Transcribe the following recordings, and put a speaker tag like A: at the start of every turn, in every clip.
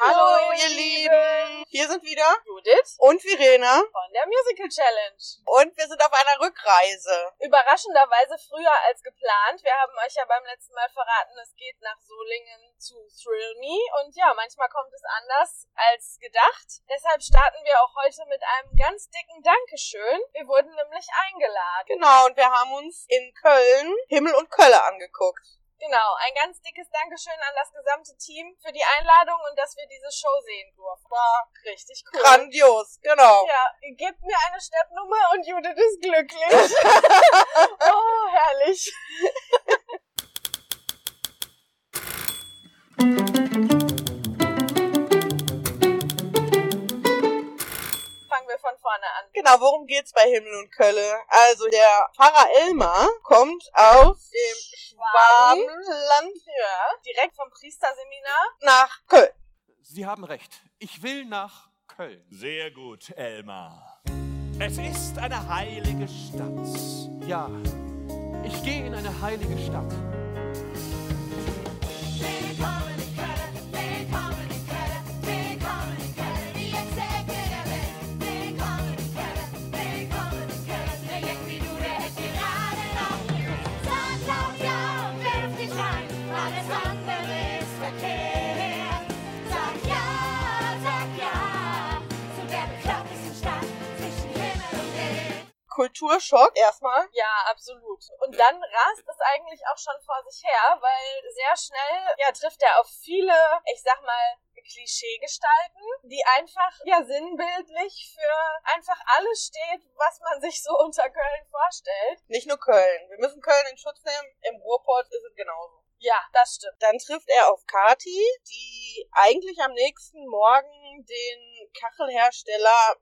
A: Hallo, ihr Lieben. Hier sind wieder
B: Judith
A: und Virene
B: von der Musical Challenge.
A: und wir sind auf einer Rückreise.
B: Überraschenderweise früher als geplant. Wir haben euch ja beim letzten Mal verraten, es geht nach Solingen zu Thrill Me. Und ja, manchmal kommt es anders als gedacht. Deshalb starten wir auch heute mit einem ganz dicken Dankeschön. Wir wurden nämlich eingeladen.
A: Genau, und wir haben uns in Köln Himmel und Kölle angeguckt.
B: Genau, ein ganz dickes Dankeschön an das gesamte Team für die Einladung und dass wir diese Show sehen durften. War richtig cool.
A: Grandios, genau.
B: Ja, gebt mir eine Steppnummer und Judith ist glücklich. oh, herrlich. Fangen wir von vorne an.
A: Genau, worum geht's bei Himmel und Kölle? Also der Pfarrer Elmar kommt aus dem
B: Wagen,
A: Schwabenland
B: ja, direkt vom Priesterseminar.
A: nach Köln.
C: Sie haben recht. Ich will nach Köln.
D: Sehr gut, Elmar. Es ist eine heilige Stadt.
C: Ja, ich gehe in eine heilige Stadt.
E: Willkommen in Köln, willkommen in Köln, willkommen in Köln, die letzte Ecke der Welt. Willkommen in Köln, willkommen in Köln, der Jack wie du, der hält gerade noch. Sag laut ja und wirf dich rein, alles andere ist verkehrt. Sag ja, sag ja, zu der beklopptesten Stadt zwischen Himmel und Erde.
A: Kulturschock erstmal.
B: Ja, absolut. Und dann rast es eigentlich auch schon vor sich her, weil sehr schnell ja, trifft er auf viele, ich sag mal, Klischeegestalten, die einfach ja sinnbildlich für einfach alles steht, was man sich so unter Köln vorstellt.
A: Nicht nur Köln. Wir müssen Köln in Schutz nehmen. Im Ruhrport ist es genauso.
B: Ja, das stimmt.
A: Dann trifft er auf Kati, die eigentlich am nächsten Morgen den Kachelhersteller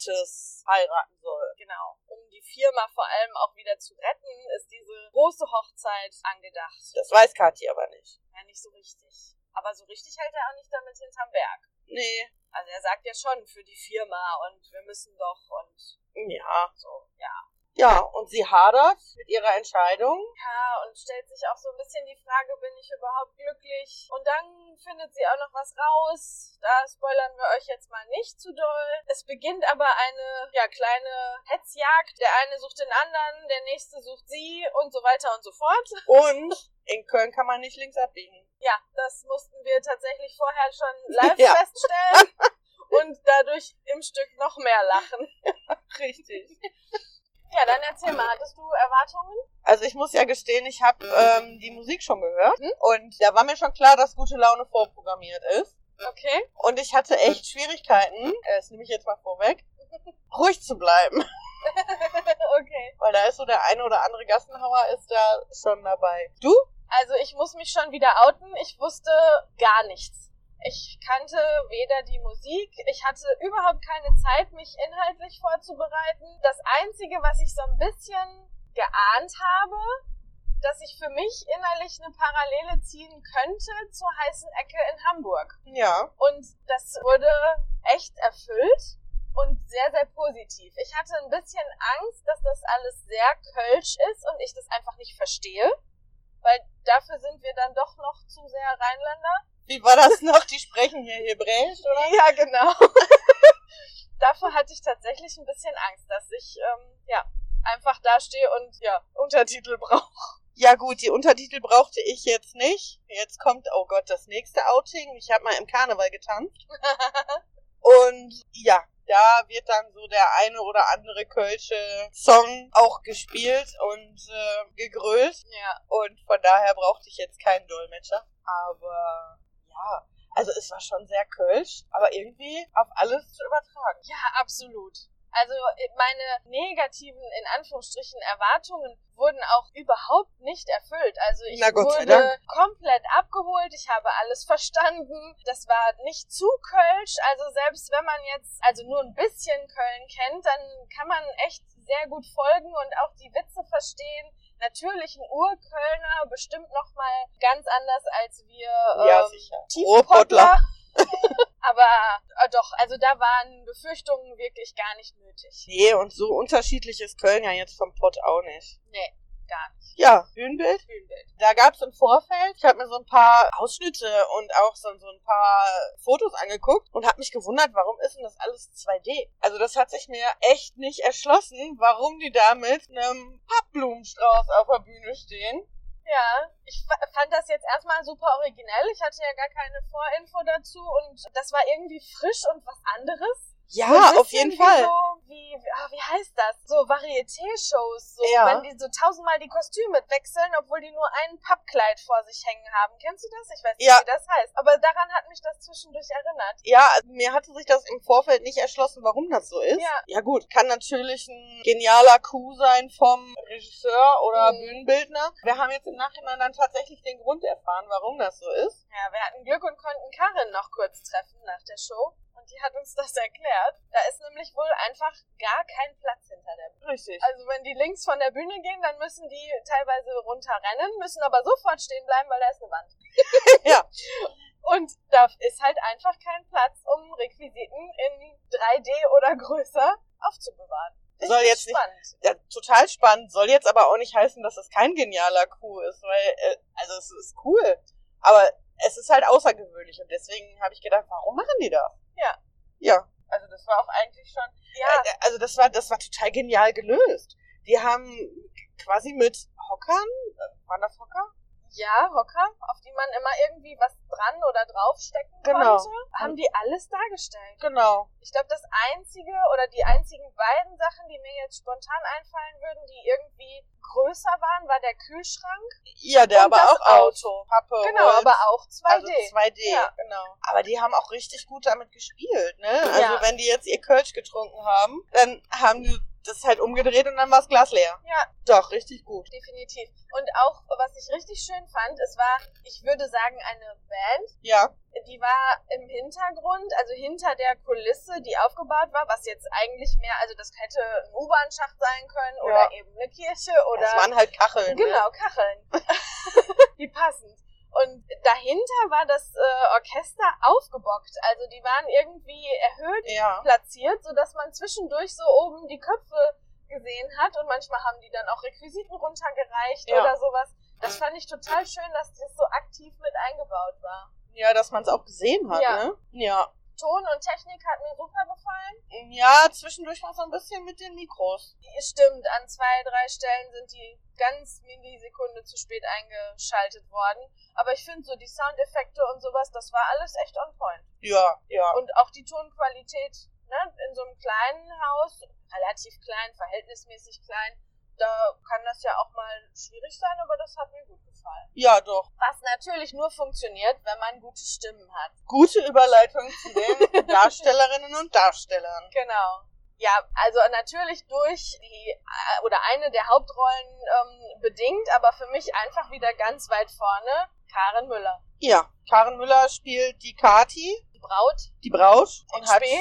A: Mattes heiraten soll.
B: Genau. Um die Firma vor allem auch wieder zu retten, ist diese große Hochzeit angedacht.
A: Das weiß Kati aber nicht.
B: Ja, nicht so richtig. Aber so richtig hält er auch nicht damit hinterm Berg.
A: Nee.
B: Also er sagt ja schon für die Firma und wir müssen doch und
A: Ja.
B: so, ja.
A: Ja, und sie hadert mit ihrer Entscheidung.
B: Ja, und stellt sich auch so ein bisschen die Frage, bin ich überhaupt glücklich? Und dann findet sie auch noch was raus. Da spoilern wir euch jetzt mal nicht zu doll. Es beginnt aber eine ja, kleine Hetzjagd. Der eine sucht den anderen, der nächste sucht sie und so weiter und so fort.
A: Und in Köln kann man nicht links abbiegen.
B: Ja, das mussten wir tatsächlich vorher schon live
A: Ja.
B: feststellen und dadurch im Stück noch mehr lachen.
A: Richtig.
B: Ja, dann erzähl mal, hattest du Erwartungen?
A: Also ich muss ja gestehen, ich habe ähm, die Musik schon gehört. Und da war mir schon klar, dass gute Laune vorprogrammiert ist.
B: Okay.
A: Und ich hatte echt Schwierigkeiten, äh, das nehme ich jetzt mal vorweg, ruhig zu bleiben.
B: okay.
A: Weil da ist so der eine oder andere Gassenhauer ist da schon dabei. Du?
B: Also ich muss mich schon wieder outen. Ich wusste gar nichts. Ich kannte weder die Musik, ich hatte überhaupt keine Zeit, mich inhaltlich vorzubereiten. Das Einzige, was ich so ein bisschen geahnt habe, dass ich für mich innerlich eine Parallele ziehen könnte zur heißen Ecke in Hamburg.
A: Ja.
B: Und das wurde echt erfüllt und sehr, sehr positiv. Ich hatte ein bisschen Angst, dass das alles sehr kölsch ist und ich das einfach nicht verstehe, weil dafür sind wir dann doch noch zu sehr Rheinländer.
A: Wie war das noch? Die sprechen hier Hebräisch, oder?
B: Ja, genau. dafür hatte ich tatsächlich ein bisschen Angst, dass ich ähm, ja, einfach dastehe und ja, Untertitel brauche.
A: Ja gut, die Untertitel brauchte ich jetzt nicht. Jetzt kommt, oh Gott, das nächste Outing. Ich habe mal im Karneval getanzt. Und ja, da wird dann so der eine oder andere kölsche Song auch gespielt und äh, gegrölt.
B: ja,
A: Und von daher brauchte ich jetzt keinen Dolmetscher. Aber ja, also es war schon sehr kölsch, aber irgendwie auf alles zu übertragen.
B: Ja, absolut. Also äh, meine negativen, in Anführungsstrichen, Erwartungen wurden auch überhaupt nicht erfüllt. Also ich
A: Na, Gott sei
B: wurde
A: Dank.
B: komplett abgeholt, ich habe alles verstanden. Das war nicht zu Kölsch. Also selbst wenn man jetzt also nur ein bisschen Köln kennt, dann kann man echt sehr gut folgen und auch die Witze verstehen. Natürlich ein Urkölner bestimmt noch mal ganz anders als wir
A: Ja,
B: ähm,
A: sicher.
B: Tiefpottler. Aber äh, doch, also da waren Befürchtungen wirklich gar nicht nötig.
A: Nee, und so unterschiedlich ist Köln ja jetzt vom Pott auch nicht.
B: gar nicht.
A: Ja, Bühnenbild.
B: Bühnenbild.
A: Da gab's im Vorfeld, ich habe mir so ein paar Ausschnitte und auch so, so ein paar Fotos angeguckt und habe mich gewundert, warum ist denn das alles 2D? Also das hat sich mir echt nicht erschlossen, warum die da mit einem Pappblumenstrauß auf der Bühne stehen.
B: Ja, ich fa- fand das jetzt erstmal super originell. Ich hatte ja gar keine Vorinfo dazu und das war irgendwie frisch und was anderes. So ein
A: Ja, auf
B: bisschen
A: jeden
B: wie
A: Fall.
B: So, wie, wie- ah, wie heißt das? So Varieté-Shows, so,
A: Ja.
B: wenn die so tausendmal die Kostüme wechseln, obwohl die nur ein Pappkleid vor sich hängen haben. Kennst du das? Ich weiß nicht,
A: Ja.
B: wie das heißt. Aber daran hat mich das zwischendurch erinnert.
A: Ja, also mir hatte sich das im Vorfeld nicht erschlossen, warum das so ist.
B: Ja.
A: ja gut, kann natürlich ein genialer Coup sein vom Regisseur oder
B: Mhm.
A: Bühnenbildner. Wir haben jetzt im Nachhinein dann tatsächlich den Grund erfahren, warum das so ist.
B: Ja, wir hatten Glück und konnten Karin noch kurz treffen nach der Show. Und die hat uns das erklärt. Da ist nämlich wohl einfach gar kein Platz hinter der Bühne.
A: Richtig.
B: Also wenn die links von der Bühne gehen, dann müssen die teilweise runterrennen, müssen aber sofort stehen bleiben, weil da ist eine Wand.
A: Ja.
B: Und da ist halt einfach kein Platz, um Requisiten in 3D oder größer aufzubewahren. Ich
A: Soll
B: bin
A: jetzt nicht-
B: spannend.
A: ja, total spannend. Soll jetzt aber auch nicht heißen, dass es kein genialer Coup ist, weil, äh, also es ist cool. Aber es ist halt außergewöhnlich und deswegen habe ich gedacht, warum machen die das?
B: Ja.
A: Ja. Also das war auch eigentlich schon,
B: Ja,
A: äh, also das war, das war total genial gelöst. Die haben quasi mit Hockern, äh, waren das Hocker?
B: ja, Hocker, auf die man immer irgendwie was dran oder draufstecken
A: Genau.
B: konnte, haben die alles dargestellt.
A: Genau.
B: Ich glaube, das einzige oder die einzigen beiden Sachen, die mir jetzt spontan einfallen würden, die irgendwie größer waren, war der Kühlschrank.
A: Ja, der
B: Und
A: aber
B: das
A: auch aus
B: Auto.
A: Pappe.
B: Genau,
A: Holz.
B: aber auch 2D.
A: Oh, Also 2D,
B: Ja.
A: genau. Aber die haben auch richtig gut damit gespielt, ne? Also
B: Ja.
A: wenn die jetzt ihr Kölsch getrunken haben, dann haben die das halt umgedreht und dann war das Glas leer.
B: ja,
A: Doch, richtig gut.
B: definitiv. Und auch, was ich richtig schön fand, es war, ich würde sagen, eine Band,
A: Ja,
B: die war im Hintergrund, also hinter der Kulisse, die aufgebaut war, was jetzt eigentlich mehr, also das hätte ein U-Bahn-Schacht sein können
A: Ja.
B: oder eben eine Kirche oder
A: das waren halt Kacheln. Ne?
B: Genau, Kacheln. Wie passend. Und dahinter war das äh, Orchester aufgebockt. Also die waren irgendwie erhöht
A: Ja.
B: platziert, sodass man zwischendurch so oben die Köpfe gesehen hat. Und manchmal haben die dann auch Requisiten runtergereicht
A: Ja.
B: oder sowas. Das fand ich total schön, dass das so aktiv mit eingebaut war.
A: Ja, dass man es auch gesehen hat,
B: Ja.
A: ne? Ja.
B: Ton und Technik hat mir super gefallen.
A: Ja, zwischendurch noch so ein bisschen mit den Mikros.
B: Stimmt, an zwei, drei Stellen sind die ganz Millisekunde zu spät eingeschaltet worden. Aber ich finde so die Soundeffekte und sowas, das war alles echt on point.
A: Ja, ja.
B: Und auch die Tonqualität, ne, in so einem kleinen Haus, relativ klein, verhältnismäßig klein, da kann das ja auch mal schwierig sein, aber das hat mir gut gefallen.
A: Ja, doch.
B: Was natürlich nur funktioniert, wenn man gute Stimmen hat.
A: Gute Überleitung zu den Darstellerinnen und Darstellern.
B: Genau. Ja, also natürlich durch die äh, oder eine der Hauptrollen ähm, bedingt, aber für mich einfach wieder ganz weit vorne Karen Müller,
A: Ja, Karen Müller spielt die Kati.
B: die Braut.
A: die Braut und
B: In
A: hat
B: Spee.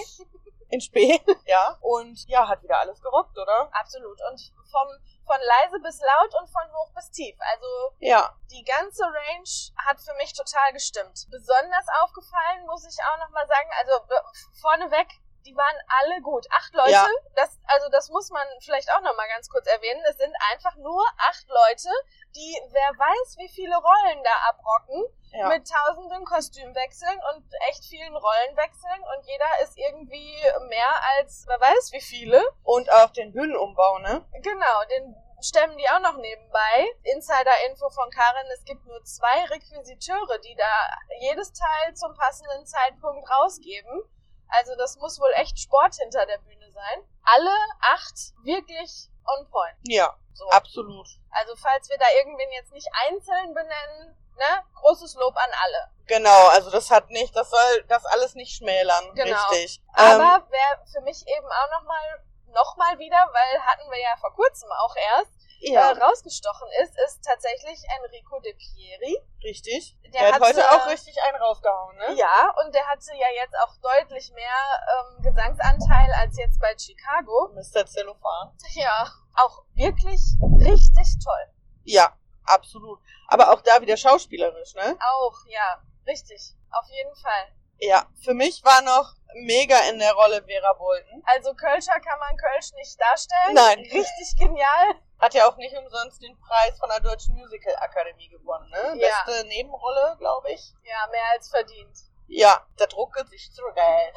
A: in Spee, ja, und ja, hat wieder alles gerockt, oder?
B: Absolut. Und vom von leise bis laut und von hoch bis tief. Also
A: Ja,
B: die ganze Range hat für mich total gestimmt. Besonders aufgefallen muss ich auch noch mal sagen, also äh, vorneweg, die waren alle gut. Acht Leute,
A: Ja.
B: das, also das muss man vielleicht auch noch mal ganz kurz erwähnen. Es sind einfach nur acht Leute, die wer weiß wie viele Rollen da abrocken
A: ja.
B: mit tausenden Kostümwechseln und echt vielen Rollenwechseln und jeder ist irgendwie mehr als wer weiß wie viele.
A: und auf den Bühnenumbau, ne?
B: Genau, den stemmen die auch noch nebenbei. Insider-Info von Karin, es gibt nur zwei Requisiteure, die da jedes Teil zum passenden Zeitpunkt rausgeben. Also das muss wohl echt Sport hinter der Bühne sein. Alle acht wirklich on point.
A: Ja,
B: So.
A: absolut.
B: Also falls wir da irgendwen jetzt nicht einzeln benennen, ne, großes Lob an alle.
A: Genau, also das hat nicht, das soll das alles nicht schmälern,
B: Genau.
A: richtig.
B: Aber wer für mich eben auch nochmal, nochmal wieder, weil hatten wir ja vor kurzem auch erst,
A: ähm, ja,
B: äh, rausgestochen ist, ist tatsächlich Enrico de Pieri.
A: richtig.
B: der
A: Der, hat äh,
B: hat
A: heute
B: so-
A: auch richtig einen raufgehauen, ne?
B: Ja, und der hatte ja jetzt auch deutlich mehr ähm, Gesangsanteil als jetzt bei Chicago.
A: Mr. Zellophan.
B: Ja. Auch wirklich richtig toll.
A: Ja, absolut. Aber auch da wieder schauspielerisch, ne?
B: Auch, ja, richtig. Auf jeden Fall.
A: Ja, für mich war noch mega in der Rolle Vera Bolton.
B: Also Kölscher kann man Kölsch nicht darstellen.
A: Nein.
B: Richtig genial.
A: Hat ja auch nicht umsonst den Preis von der Deutschen Musical Akademie gewonnen, ne?
B: Ja.
A: Beste Nebenrolle, glaube ich.
B: Ja, mehr als verdient.
A: Ja, da druckt sich zurück. ey.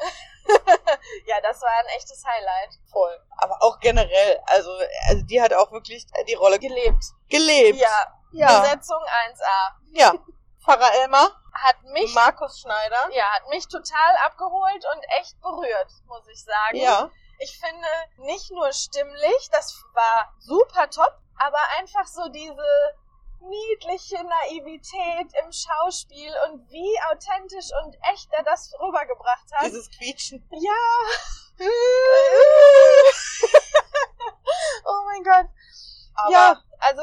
B: ja, das war ein echtes Highlight.
A: Voll. Aber auch generell, also, also die hat auch wirklich die Rolle ge-
B: Gelebt.
A: gelebt.
B: Ja.
A: Ja.
B: Besetzung 1A.
A: ja. Pfarrer Elmar,
B: Hat mich,
A: Markus Schneider.
B: ja, hat mich total abgeholt und echt berührt, muss ich sagen.
A: Ja.
B: Ich finde, nicht nur stimmlich, das war super top, aber einfach so diese niedliche Naivität im Schauspiel und wie authentisch und echt er das rübergebracht hat.
A: Dieses Quietschen.
B: Ja. oh mein Gott.
A: Aber
B: ja, also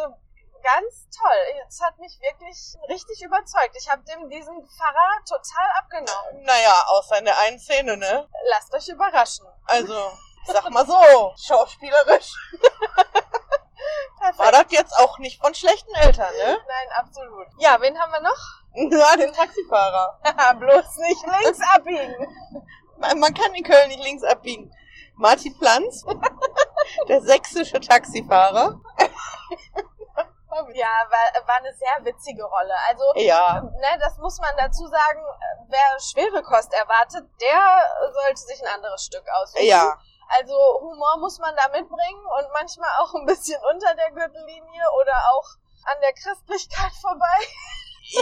B: ganz toll. Es hat mich wirklich richtig überzeugt. Ich habe dem diesen Pfarrer total abgenommen.
A: Naja, außer in der einen Szene, ne?
B: Lasst euch überraschen.
A: Also, ich sag mal so, schauspielerisch
B: Perfekt.
A: war das jetzt auch nicht von schlechten Eltern, ne?
B: Nein, absolut. Ja, wen haben wir noch?
A: Ja, den Taxifahrer.
B: Haha, Bloß nicht links abbiegen.
A: Man, man kann in Köln nicht links abbiegen. Martin Planz, der sächsische Taxifahrer.
B: Ja, war, war eine sehr witzige Rolle. Also,
A: Ja,
B: ne, das muss man dazu sagen, äh, wer schwere Kost erwartet, der sollte sich ein anderes Stück aussuchen.
A: ja.
B: Also Humor muss man da mitbringen und manchmal auch ein bisschen unter der Gürtellinie oder auch an der Christlichkeit vorbei.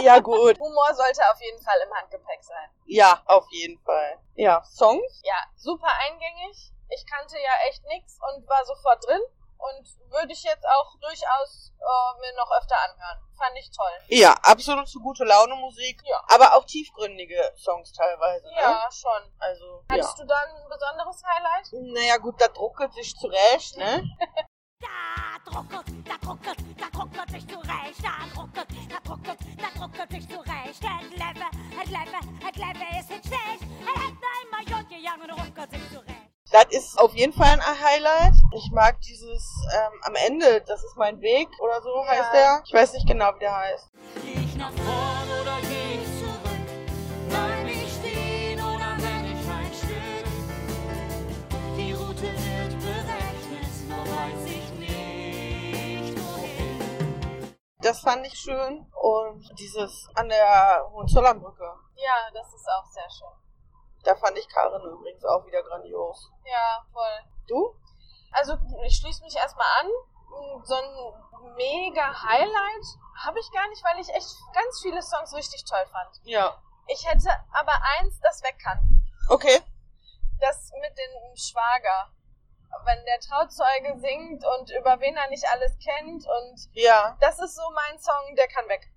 A: Ja, gut.
B: Humor sollte auf jeden Fall im Handgepäck sein.
A: Ja, auf jeden Fall. Ja, Songs?
B: Ja, super eingängig. Ich kannte ja echt nix und war sofort drin und würde ich jetzt auch durchaus äh, mir noch öfter anhören. Fand ich toll.
A: Ja, absolut zu gute Laune Musik.
B: Ja.
A: Aber auch tiefgründige Songs teilweise. Ne?
B: Ja, schon.
A: Also, ja.
B: Hattest du dann ein besonderes Highlight?
A: Naja, gut, da druckelt sich zurecht, ne?
E: Da druckelt, da druckelt, da druckelt sich zurecht, da druckelt, da druckelt, da druckelt sich zurecht. Ein Leffe, ein Leffe, ein Leffe ist nicht schlecht. Er hat nur einmal Jod gegangen und ruckelt sich zurecht.
A: Das ist auf jeden Fall ein Highlight. Ich mag dieses ähm, am Ende, das ist mein Weg oder so
B: Ja.
A: heißt der. Ich weiß nicht genau, wie der heißt.
E: Geh ich nach vorn oder geh ich zurück? Bleib ich stehen oder wenn ich mein Stück? Die Route wird berechnet, nur weiß ich nicht, wohin.
A: Das fand ich schön. Und dieses an der Hohenzollernbrücke,
B: Ja, das ist auch sehr schön.
A: da fand ich Karin übrigens auch wieder grandios.
B: Ja, voll.
A: Du?
B: Also ich schließe mich erstmal an. So ein mega Highlight habe ich gar nicht, weil ich echt ganz viele Songs richtig toll fand.
A: Ja.
B: Ich hätte aber eins, das weg kann.
A: Okay.
B: Das mit dem Schwager. Wenn der Trauzeuge singt und über wen er nicht alles kennt. Und
A: Ja,
B: das ist so mein Song, der kann weg.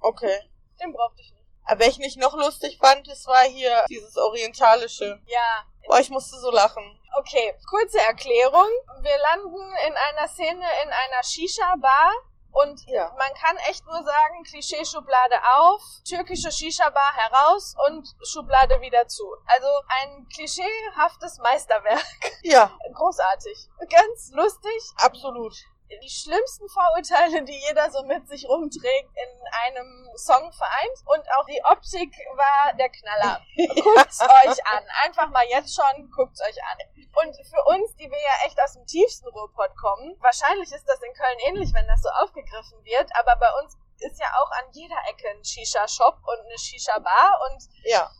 A: okay.
B: Den brauchte ich nicht.
A: Aber welchen ich noch lustig fand, das war hier dieses orientalische.
B: Ja,
A: Boah, ich musste so lachen.
B: Okay, kurze Erklärung. Wir landen in einer Szene in einer Shisha-Bar und
A: Ja.
B: man kann echt nur sagen, Klischee-Schublade auf, türkische Shisha-Bar heraus und Schublade wieder zu. Also ein klischeehaftes Meisterwerk.
A: Ja,
B: Großartig. Ganz lustig.
A: absolut.
B: Die schlimmsten Vorurteile, die jeder so mit sich rumträgt, in einem Song vereint. Und auch die Optik war der Knaller. guckt's euch an. Einfach mal jetzt schon, guckt's euch an. Und für uns, die wir ja echt aus dem tiefsten Ruhrpott kommen, wahrscheinlich ist das in Köln ähnlich, wenn das so aufgegriffen wird, aber bei uns ist ja auch an jeder Ecke ein Shisha-Shop und eine Shisha-Bar und
A: Ja.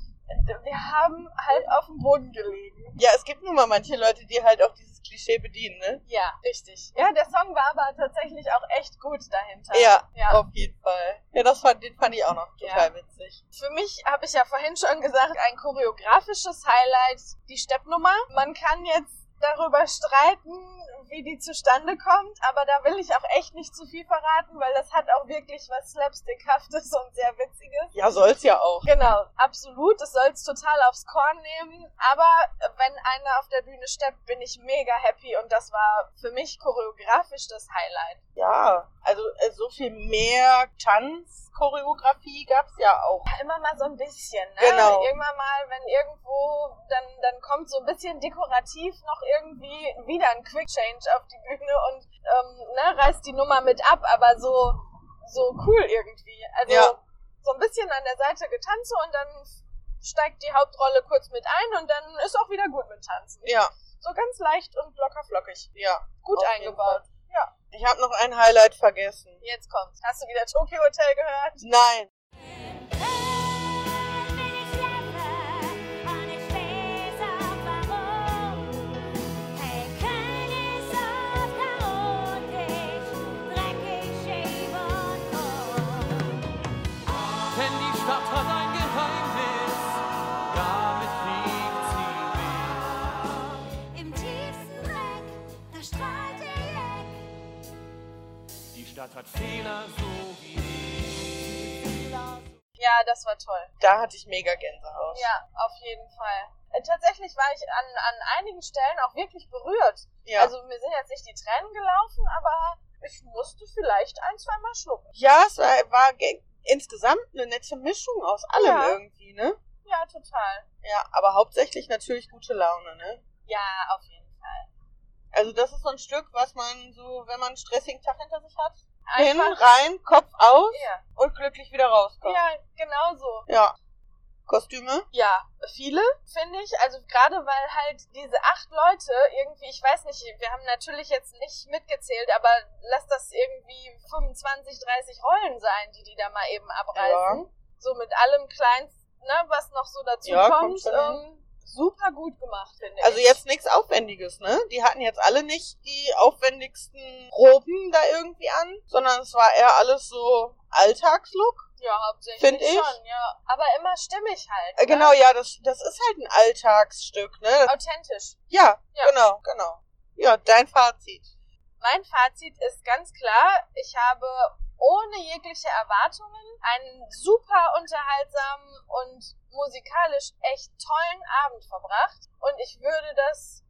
B: wir haben halt auf dem Boden gelegen.
A: Ja, es gibt nun mal manche Leute, die halt auch dieses Klischee bedienen, ne?
B: Ja, richtig. Ja, der Song war aber tatsächlich auch echt gut dahinter.
A: Ja,
B: ja.
A: auf jeden Fall. Ja, das fand, den fand ich auch noch total witzig.
B: Für mich habe ich ja vorhin schon gesagt, ein choreografisches Highlight, die Steppnummer. Man kann jetzt darüber streiten, wie die zustande kommt, aber da will ich auch echt nicht zu viel verraten, weil das hat auch wirklich was Slapstickhaftes und sehr Witziges.
A: Ja, soll's ja auch.
B: Genau, absolut. Das soll's total aufs Korn nehmen. Aber wenn einer auf der Bühne steppt, bin ich mega happy und das war für mich choreografisch das Highlight.
A: Ja, also äh, so viel mehr Tanzchoreografie gab's ja auch.
B: Ja, immer mal so ein bisschen, ne?
A: Genau.
B: Irgendwann mal, wenn irgendwo, dann, dann kommt so ein bisschen dekorativ noch irgendwie wieder ein Quick Change auf die Bühne und ähm, ne, reißt die Nummer mit ab, aber so, so cool irgendwie. Also
A: Ja.
B: so ein bisschen an der Seite getanze und dann steigt die Hauptrolle kurz mit ein und dann ist auch wieder gut mit Tanzen.
A: Ja,
B: So ganz leicht und locker flockig.
A: ja.
B: Gut
A: Auf jeden
B: eingebaut.
A: Fall. Ich habe noch ein Highlight vergessen.
B: Jetzt kommt's. Hast du wieder Tokyo Hotel gehört?
A: Nein.
E: Wenn ich lache und ich weiß auch warum. Hey, Köln ist oft chaotisch, dreckig, schief und krumm.
C: Denn die Stadt hat ein Geheimnis, damit liegt sie mir.
E: Im tiefsten Dreck, da strahlt der Jack.
C: Die Stadt hat Fehler, so wie ich.
B: Ja, das war toll.
A: Da hatte ich mega Gänsehaut.
B: Ja, auf jeden Fall. Äh, Tatsächlich war ich an, an einigen Stellen auch wirklich berührt.
A: Ja.
B: Also mir sind jetzt nicht die Tränen gelaufen, aber ich musste vielleicht ein, zweimal schlucken.
A: ja es war, war ge- insgesamt eine nette Mischung aus allem
B: Ja.
A: irgendwie, ne?
B: Ja, total.
A: Ja, aber hauptsächlich natürlich gute Laune, ne?
B: Ja, auf jeden Fall.
A: Also das ist so ein Stück, was man so, wenn man einen stressigen Tag hinter sich hat, hin,
B: Einfach.
A: rein, Kopf aus
B: Ja.
A: und glücklich wieder rauskommt.
B: ja, genau so.
A: ja. Kostüme?
B: Ja, viele, finde ich. Also gerade weil halt diese acht Leute irgendwie, ich weiß nicht, wir haben natürlich jetzt nicht mitgezählt, aber lass das irgendwie 25, 30 Rollen sein, die die da mal eben abreißen. So mit allem Kleinsten, ne, was noch so dazu
A: Ja, kommt
B: kommt.
A: schon
B: ähm, super gut gemacht, finde
A: Also
B: ich.
A: jetzt nichts Aufwendiges, ne? Die hatten jetzt alle nicht die aufwendigsten Proben da irgendwie an, sondern es war eher alles so Alltagslook.
B: Ja, hauptsächlich
A: Find ich.
B: schon, ja. Aber immer stimmig halt.
A: Äh,
B: ne?
A: genau, ja, das, das ist halt ein Alltagsstück, ne? Das,
B: Authentisch.
A: ja,
B: Ja.
A: genau, genau. Ja, dein Fazit.
B: Mein Fazit ist ganz klar, ich habe ohne jegliche Erwartungen einen super unterhaltsamen und musikalisch echt tollen Abend verbracht und ich würde das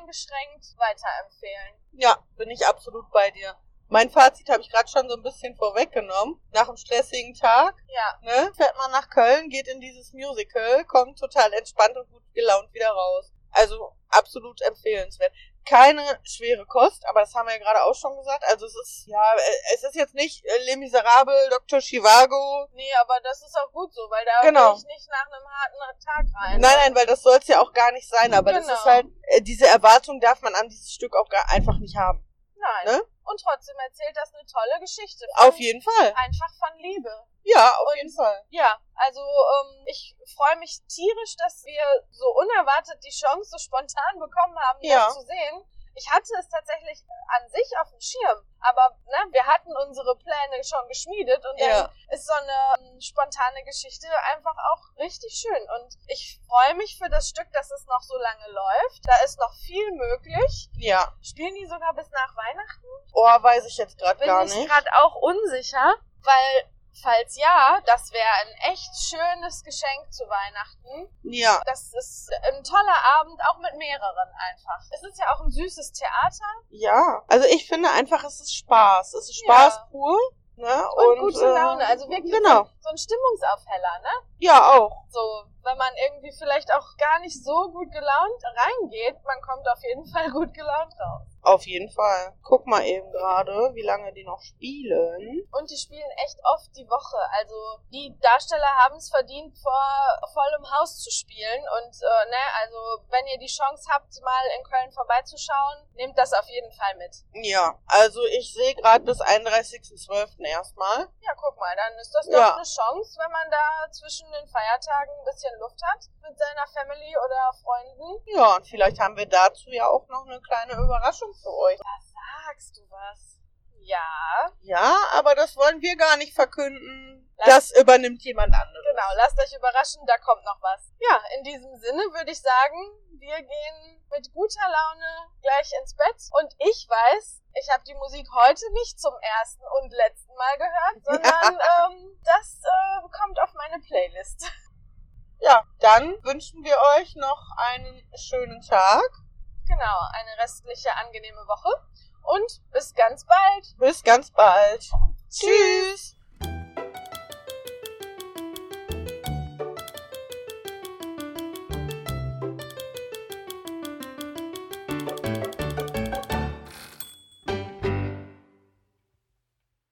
B: uneingeschränkt weiterempfehlen.
A: Ja, bin ich absolut bei dir. Mein Fazit habe ich gerade schon so ein bisschen vorweggenommen. Nach einem stressigen Tag
B: Ja,
A: ne, fährt man nach Köln, geht in dieses Musical, kommt total entspannt und gut gelaunt wieder raus. Also absolut empfehlenswert. Keine schwere Kost, aber das haben wir ja gerade auch schon gesagt. Also es ist, ja, äh, es ist jetzt nicht äh, Les Miserables, Dr. Chivago.
B: nee, aber das ist auch gut so, weil da
A: Genau.
B: will ich nicht nach einem harten Tag rein.
A: Nein, nein, weil das soll es ja auch gar nicht sein. Aber das
B: Genau.
A: ist halt, äh, diese Erwartung darf man an dieses Stück auch gar, einfach nicht haben.
B: Nein.
A: Ne?
B: Und trotzdem erzählt das eine tolle Geschichte.
A: Auf jeden Fall.
B: Einfach von Liebe.
A: Ja, auf
B: Und-
A: jeden Fall.
B: Ja, also ähm, ich freue mich tierisch, dass wir so unerwartet die Chance so spontan bekommen haben,
A: Ja.
B: das zu sehen. Ich hatte es tatsächlich an sich auf dem Schirm, aber ne, wir hatten unsere Pläne schon geschmiedet und
A: Ja.
B: dann ist so eine ähm, spontane Geschichte einfach auch richtig schön. Und ich freue mich für das Stück, dass es noch so lange läuft. Da ist noch viel möglich.
A: Ja.
B: Spielen die sogar bis nach Weihnachten?
A: Oh, weiß ich jetzt gerade
B: Bin
A: gar
B: ich
A: nicht.
B: gerade auch unsicher, weil falls ja, das wäre ein echt schönes Geschenk zu Weihnachten.
A: Ja,
B: Das ist ein toller Abend, auch mit mehreren einfach. Es ist ja auch ein süßes Theater
A: ja. Also ich finde einfach, es ist Spaß. Es ist Spaß
B: Ja.
A: pur. Ne?
B: und,
A: Und,
B: gute
A: äh,
B: Laune. Also wirklich
A: Genau.
B: so, so ein Stimmungsaufheller, ne?
A: Ja, auch.
B: So, wenn man irgendwie vielleicht auch gar nicht so gut gelaunt reingeht, man kommt auf jeden Fall gut gelaunt raus.
A: Auf jeden Fall. Guck mal eben gerade, wie lange die noch spielen.
B: Und die spielen echt oft die Woche. Also die Darsteller haben es verdient, vor vollem Haus zu spielen. Und äh, ne, also wenn ihr die Chance habt, mal in Köln vorbeizuschauen, nehmt das auf jeden Fall mit.
A: Ja, also ich sehe gerade bis 31.12. erstmal.
B: Ja, guck mal, dann ist das
A: Ja.
B: doch eine Chance, wenn man da zwischen den Feiertagen ein bisschen Luft hat mit seiner Family oder Freunden.
A: Ja, und vielleicht haben wir dazu ja auch noch eine kleine Überraschung für euch.
B: Sagst du was? Ja,
A: Ja, aber das wollen wir gar nicht verkünden.
B: Lass-
A: Das übernimmt jemand anderes.
B: genau, lasst euch überraschen, da kommt noch was. Ja, in diesem Sinne würde ich sagen, wir gehen mit guter Laune gleich ins Bett. Und ich weiß, ich habe die Musik heute nicht zum ersten und letzten Mal gehört, sondern ähm, das äh, kommt auf meine Playlist.
A: Ja, dann wünschen wir euch noch einen schönen Tag.
B: Genau, eine restliche angenehme Woche und bis ganz bald.
A: Bis ganz bald. Tschüss.